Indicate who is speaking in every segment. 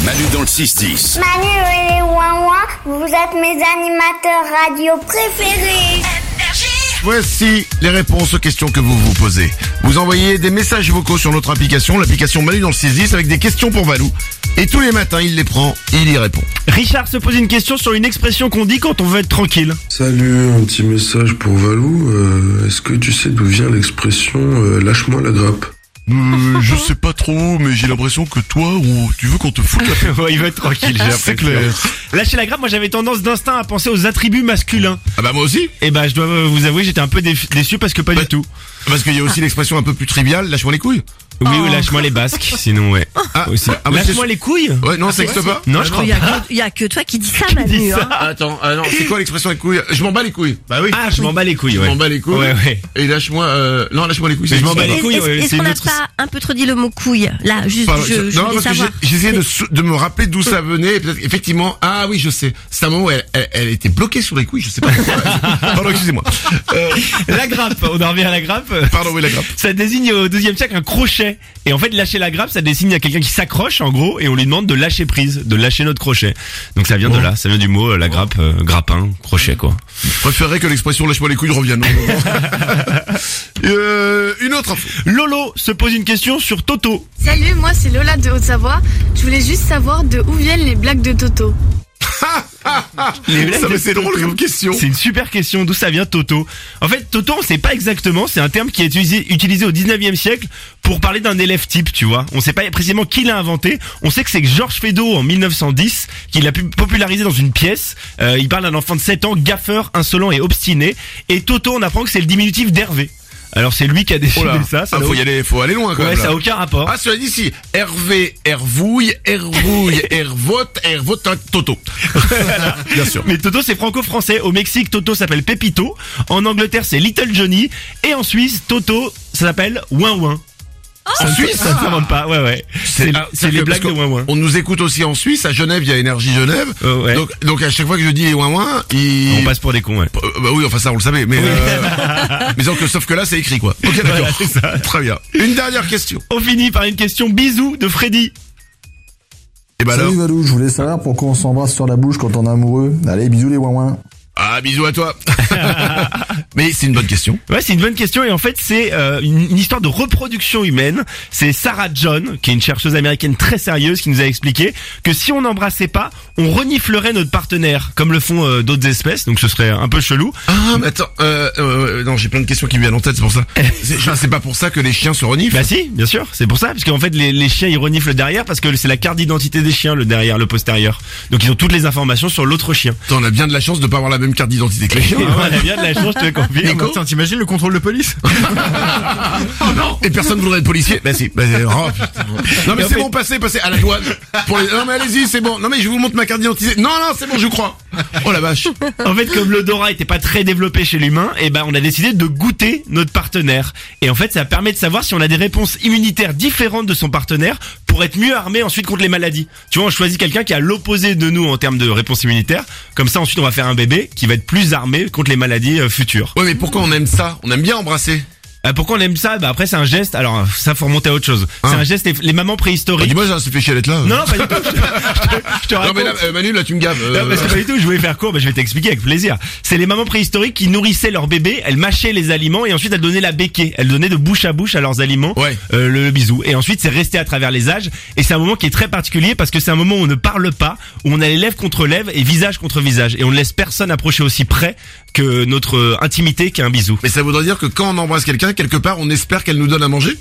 Speaker 1: Manu dans le 6-10.
Speaker 2: Manu et les Ouin-Ouin, vous êtes mes animateurs radio préférés.
Speaker 3: Voici les réponses aux questions que vous vous posez. Vous envoyez des messages vocaux sur notre application, l'application Manu dans le 610 avec des questions pour Valou. Et tous les matins, il les prend, il y répond.
Speaker 4: Richard se pose une question sur une expression qu'on dit quand on veut être tranquille.
Speaker 5: Salut, un petit message pour Valou. Euh, Est-ce que tu sais d'où vient l'expression euh, lâche-moi la grappe
Speaker 3: Euh, je sais pas trop, mais j'ai l'impression que toi, ou tu veux qu'on te foute la
Speaker 4: il veut être tranquille, j'ai
Speaker 3: C'est
Speaker 4: l'impression.
Speaker 3: clair.
Speaker 4: Lâcher la grappe, moi j'avais tendance d'instinct à penser aux attributs masculins.
Speaker 3: Ah bah moi aussi,
Speaker 4: Et bah je dois vous avouer, j'étais un peu déf- déçu parce que pas du tout.
Speaker 3: parce qu'il y a aussi l'expression un peu plus triviale, lâche-moi les couilles.
Speaker 4: Oui, ou lâche-moi les basques, sinon ouais.
Speaker 3: Ah,
Speaker 4: Aussi.
Speaker 3: ah, mais
Speaker 4: Oh. lâche-moi
Speaker 3: c'est-
Speaker 4: les Ah, couilles
Speaker 3: Ouais, non, ça existe pas
Speaker 4: Non, je crois
Speaker 6: Il y, a
Speaker 4: pas.
Speaker 6: que- il y a que toi qui dis ça, Manu.
Speaker 4: Dis
Speaker 6: hein.
Speaker 4: ça.
Speaker 3: Attends, ah non, c'est quoi l'expression les couilles Je m'en bats les couilles. Bah oui.
Speaker 4: Ah, je m'en bats les couilles,
Speaker 3: je
Speaker 4: ouais.
Speaker 3: m'en bats les couilles.
Speaker 4: Ouais, ouais.
Speaker 3: Et lâche-moi, euh, non, lâche-moi les couilles.
Speaker 4: Mais je
Speaker 3: ça
Speaker 4: m'en
Speaker 3: existe
Speaker 4: bats
Speaker 3: pas.
Speaker 4: les
Speaker 6: Est-ce
Speaker 4: couilles,
Speaker 6: est-ce-
Speaker 4: ouais,
Speaker 6: est-ce
Speaker 4: c'est
Speaker 6: qu'on
Speaker 4: une
Speaker 6: n'a
Speaker 4: autre-
Speaker 6: pas un peu trop dit le mot couille Là, juste,
Speaker 3: Pardon,
Speaker 6: je, je
Speaker 3: non,
Speaker 6: voulais
Speaker 3: parce que
Speaker 6: savoir.
Speaker 3: j'ai- j'essayais de, sou- de me rappeler d'où ça venait. Et peut-être effectivement, ah oui, je sais. C'est un moment où elle, elle, elle était bloquée sur les couilles. Je sais pas. pourquoi. Pardon, excusez-moi. Euh,
Speaker 4: La grappe, on en revient à la grappe.
Speaker 3: pardon, oui, la grappe.
Speaker 4: Ça désigne au 12 siècle un crochet. Et en fait, lâcher la grappe, ça désigne à quelqu'un qui s'accroche, en gros, et on lui demande de lâcher prise, de lâcher notre crochet. Donc ça vient de là, ça vient du mot euh, la grappe, euh, grappin, crochet, quoi.
Speaker 3: Je préférerais que l'expression lâche-moi les couilles revienne. Non, non, non. euh, une autre info.
Speaker 4: Lolo se pose une question sur Toto.
Speaker 7: Salut, moi c'est Lola de Haute-Savoie. Je voulais juste savoir de où viennent les blagues de Toto.
Speaker 4: Les blagues
Speaker 3: ça, mais
Speaker 4: de
Speaker 3: c'est drôle comme question.
Speaker 4: C'est une super question, d'où ça vient Toto En fait, Toto, on sait pas exactement, c'est un terme qui est utilisé, utilisé au 19e siècle pour parler d'un élève type, tu vois. On sait pas précisément qui l'a inventé, on sait que c'est Georges Feydeau en 1910 qui l'a pu- popularisé dans une pièce. Euh, il parle d'un enfant de 7 ans, gaffeur, insolent et obstiné. Et Toto, on apprend que c'est le diminutif d'Hervé. Alors c'est lui qui a
Speaker 3: Oh
Speaker 4: décidé
Speaker 3: là.
Speaker 4: ça. ça
Speaker 3: Ah,
Speaker 4: n'a
Speaker 3: faut
Speaker 4: au-
Speaker 3: y aller, faut aller loin quand
Speaker 4: Ouais,
Speaker 3: même.
Speaker 4: ça a
Speaker 3: là.
Speaker 4: aucun rapport.
Speaker 3: Ah, cela dit, si. Hervé, Hervouille, Hervouille, Hervote, Hervote, Toto. Bien sûr.
Speaker 4: Mais Toto c'est franco-français. Au Mexique, Toto s'appelle Pepito. En Angleterre, c'est Little Johnny. Et en Suisse, Toto, ça s'appelle Ouin Ouin. en Suisse, ça ne s'invente pas. Ouais, ouais. C'est
Speaker 3: Ah,
Speaker 4: c'est
Speaker 3: que-
Speaker 4: les blagues de
Speaker 3: parce que
Speaker 4: Ouin Ouin.
Speaker 3: On nous écoute aussi en Suisse, à Genève, il y a Énergie Genève.
Speaker 4: Euh, ouais.
Speaker 3: donc, donc à chaque fois que je dis les ouin ouin, ils...
Speaker 4: On passe pour des cons. Ouais.
Speaker 3: Euh, bah oui, enfin ça on le savait, mais euh, mais donc, sauf que là c'est écrit quoi. Ok d'accord,
Speaker 4: Voilà, c'est ça.
Speaker 3: très bien. Une dernière question.
Speaker 4: On finit par une question bisous de Freddy.
Speaker 3: Et bah alors,
Speaker 8: Salut Valou, je voulais savoir pourquoi on s'embrasse sur la bouche quand on est amoureux. Allez, bisous les ouin
Speaker 3: ah bisous à toi. mais c'est une bonne question.
Speaker 4: Ouais, c'est une bonne question et en fait c'est euh, une, une histoire de reproduction humaine. C'est Sarah John, qui est une chercheuse américaine très sérieuse, qui nous a expliqué que si on n'embrassait pas, on reniflerait notre partenaire, comme le font euh, d'autres espèces. Donc ce serait un peu chelou.
Speaker 3: Ah mais attends, euh, euh, non j'ai plein de questions qui me viennent en tête, c'est pour ça. C'est je- c'est pas pour ça que les chiens se reniflent.
Speaker 4: Bah si, bien sûr, c'est pour ça, parce qu'en fait les, les chiens ils reniflent le derrière parce que c'est la carte d'identité des chiens, le derrière, le postérieur. Donc ils ont toutes les informations sur l'autre chien.
Speaker 3: Attends, on a bien de la chance de pas avoir la même carte d'identité que les chiens. hein.
Speaker 4: Et on a bien de la chance, je te le confirme.
Speaker 3: Nico
Speaker 4: Attends, t'imagines le contrôle de police
Speaker 3: Et personne voudrait être policier. Bah si. Bah, euh, oh, putain. non mais
Speaker 4: Et en
Speaker 3: c'est
Speaker 4: fait-
Speaker 3: bon, passez, passez à la douane. Pour les... Non mais allez-y, c'est bon. Non mais je vous montre ma carte d'identité. Non non, c'est bon, je vous crois. Oh la vache.
Speaker 4: En fait, comme l'odorat était pas très développé chez l'humain, et ben on a décidé de goûter notre partenaire. Et en fait, ça permet de savoir si on a des réponses immunitaires différentes de son partenaire pour être mieux armé ensuite contre les maladies. Tu vois, on choisit quelqu'un qui a l'opposé de nous en termes de réponse immunitaire. Comme ça, ensuite, on va faire un bébé qui va être plus armé contre les maladies euh, futures.
Speaker 3: Ouais mais pourquoi on aime ça On aime bien embrasser.
Speaker 4: Euh, pourquoi on aime ça Bah après c'est un geste. Alors ça faut remonter à autre chose. C'est
Speaker 3: Hein
Speaker 4: un geste. Les, les mamans
Speaker 3: Bah,
Speaker 4: préhistoriques.
Speaker 3: dis-moi, ça s'est fait chier d'être là.
Speaker 4: non non pas du tout. Je te, je te- je te
Speaker 3: Non
Speaker 4: raconte.
Speaker 3: mais là, euh, Manu, là tu me gaves. euh,
Speaker 4: Non, parce que pas du tout, je voulais faire court, mais je vais t'expliquer avec plaisir. C'est les mamans préhistoriques qui nourrissaient leurs bébés, elles mâchaient les aliments et ensuite elles donnaient la béquée. Elles donnaient de bouche à bouche à leurs aliments
Speaker 3: Ouais.
Speaker 4: euh, le, le bisou. Et ensuite c'est resté à travers les âges. Et c'est un moment qui est très particulier parce que c'est un moment où on ne parle pas, où on a les lèvres contre lèvres et visage contre visage. Et on ne laisse personne approcher aussi près que notre euh, intimité qu'un bisou.
Speaker 3: Mais ça voudrait dire que quand on embrasse quelqu'un, quelque part, on espère qu'elle nous donne à manger.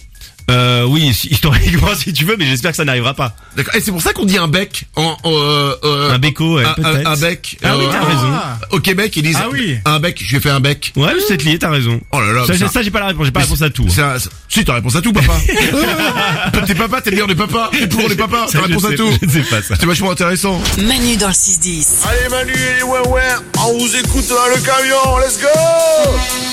Speaker 4: Euh, oui, historiquement si tu veux, mais j'espère que ça n'arrivera pas.
Speaker 3: D'accord. Et c'est pour ça qu'on dit un bec en euh, euh,
Speaker 4: Un béco, ouais,
Speaker 3: un- un,
Speaker 4: peut-être.
Speaker 3: un bec. euh,
Speaker 4: Ah oui, t'as raison.
Speaker 3: Au Québec, ils disent
Speaker 4: Ah oui.
Speaker 3: un bec. Je vais faire un bec.
Speaker 4: Ouais, c'est lié, t'as raison.
Speaker 3: Oh là là.
Speaker 4: ça,
Speaker 3: mais
Speaker 4: j'ai-
Speaker 3: c'est
Speaker 4: ça, j'ai pas la réponse, j'ai pas
Speaker 3: Mais
Speaker 4: la réponse à tout. hein.
Speaker 3: C'est un- c'est- Si, t'as réponse à tout, papa. Euh, t'es papa, t'es le meilleur des papas. T'es pour les papas,
Speaker 4: Ça,
Speaker 3: t'as
Speaker 4: je
Speaker 3: réponse à
Speaker 4: sais-
Speaker 3: tout.
Speaker 4: Je sais pas ça.
Speaker 3: C'était vachement intéressant.
Speaker 9: Manu dans le 6-10.
Speaker 10: Allez Manu et les ouais ouais, on vous écoute dans le camion, let's go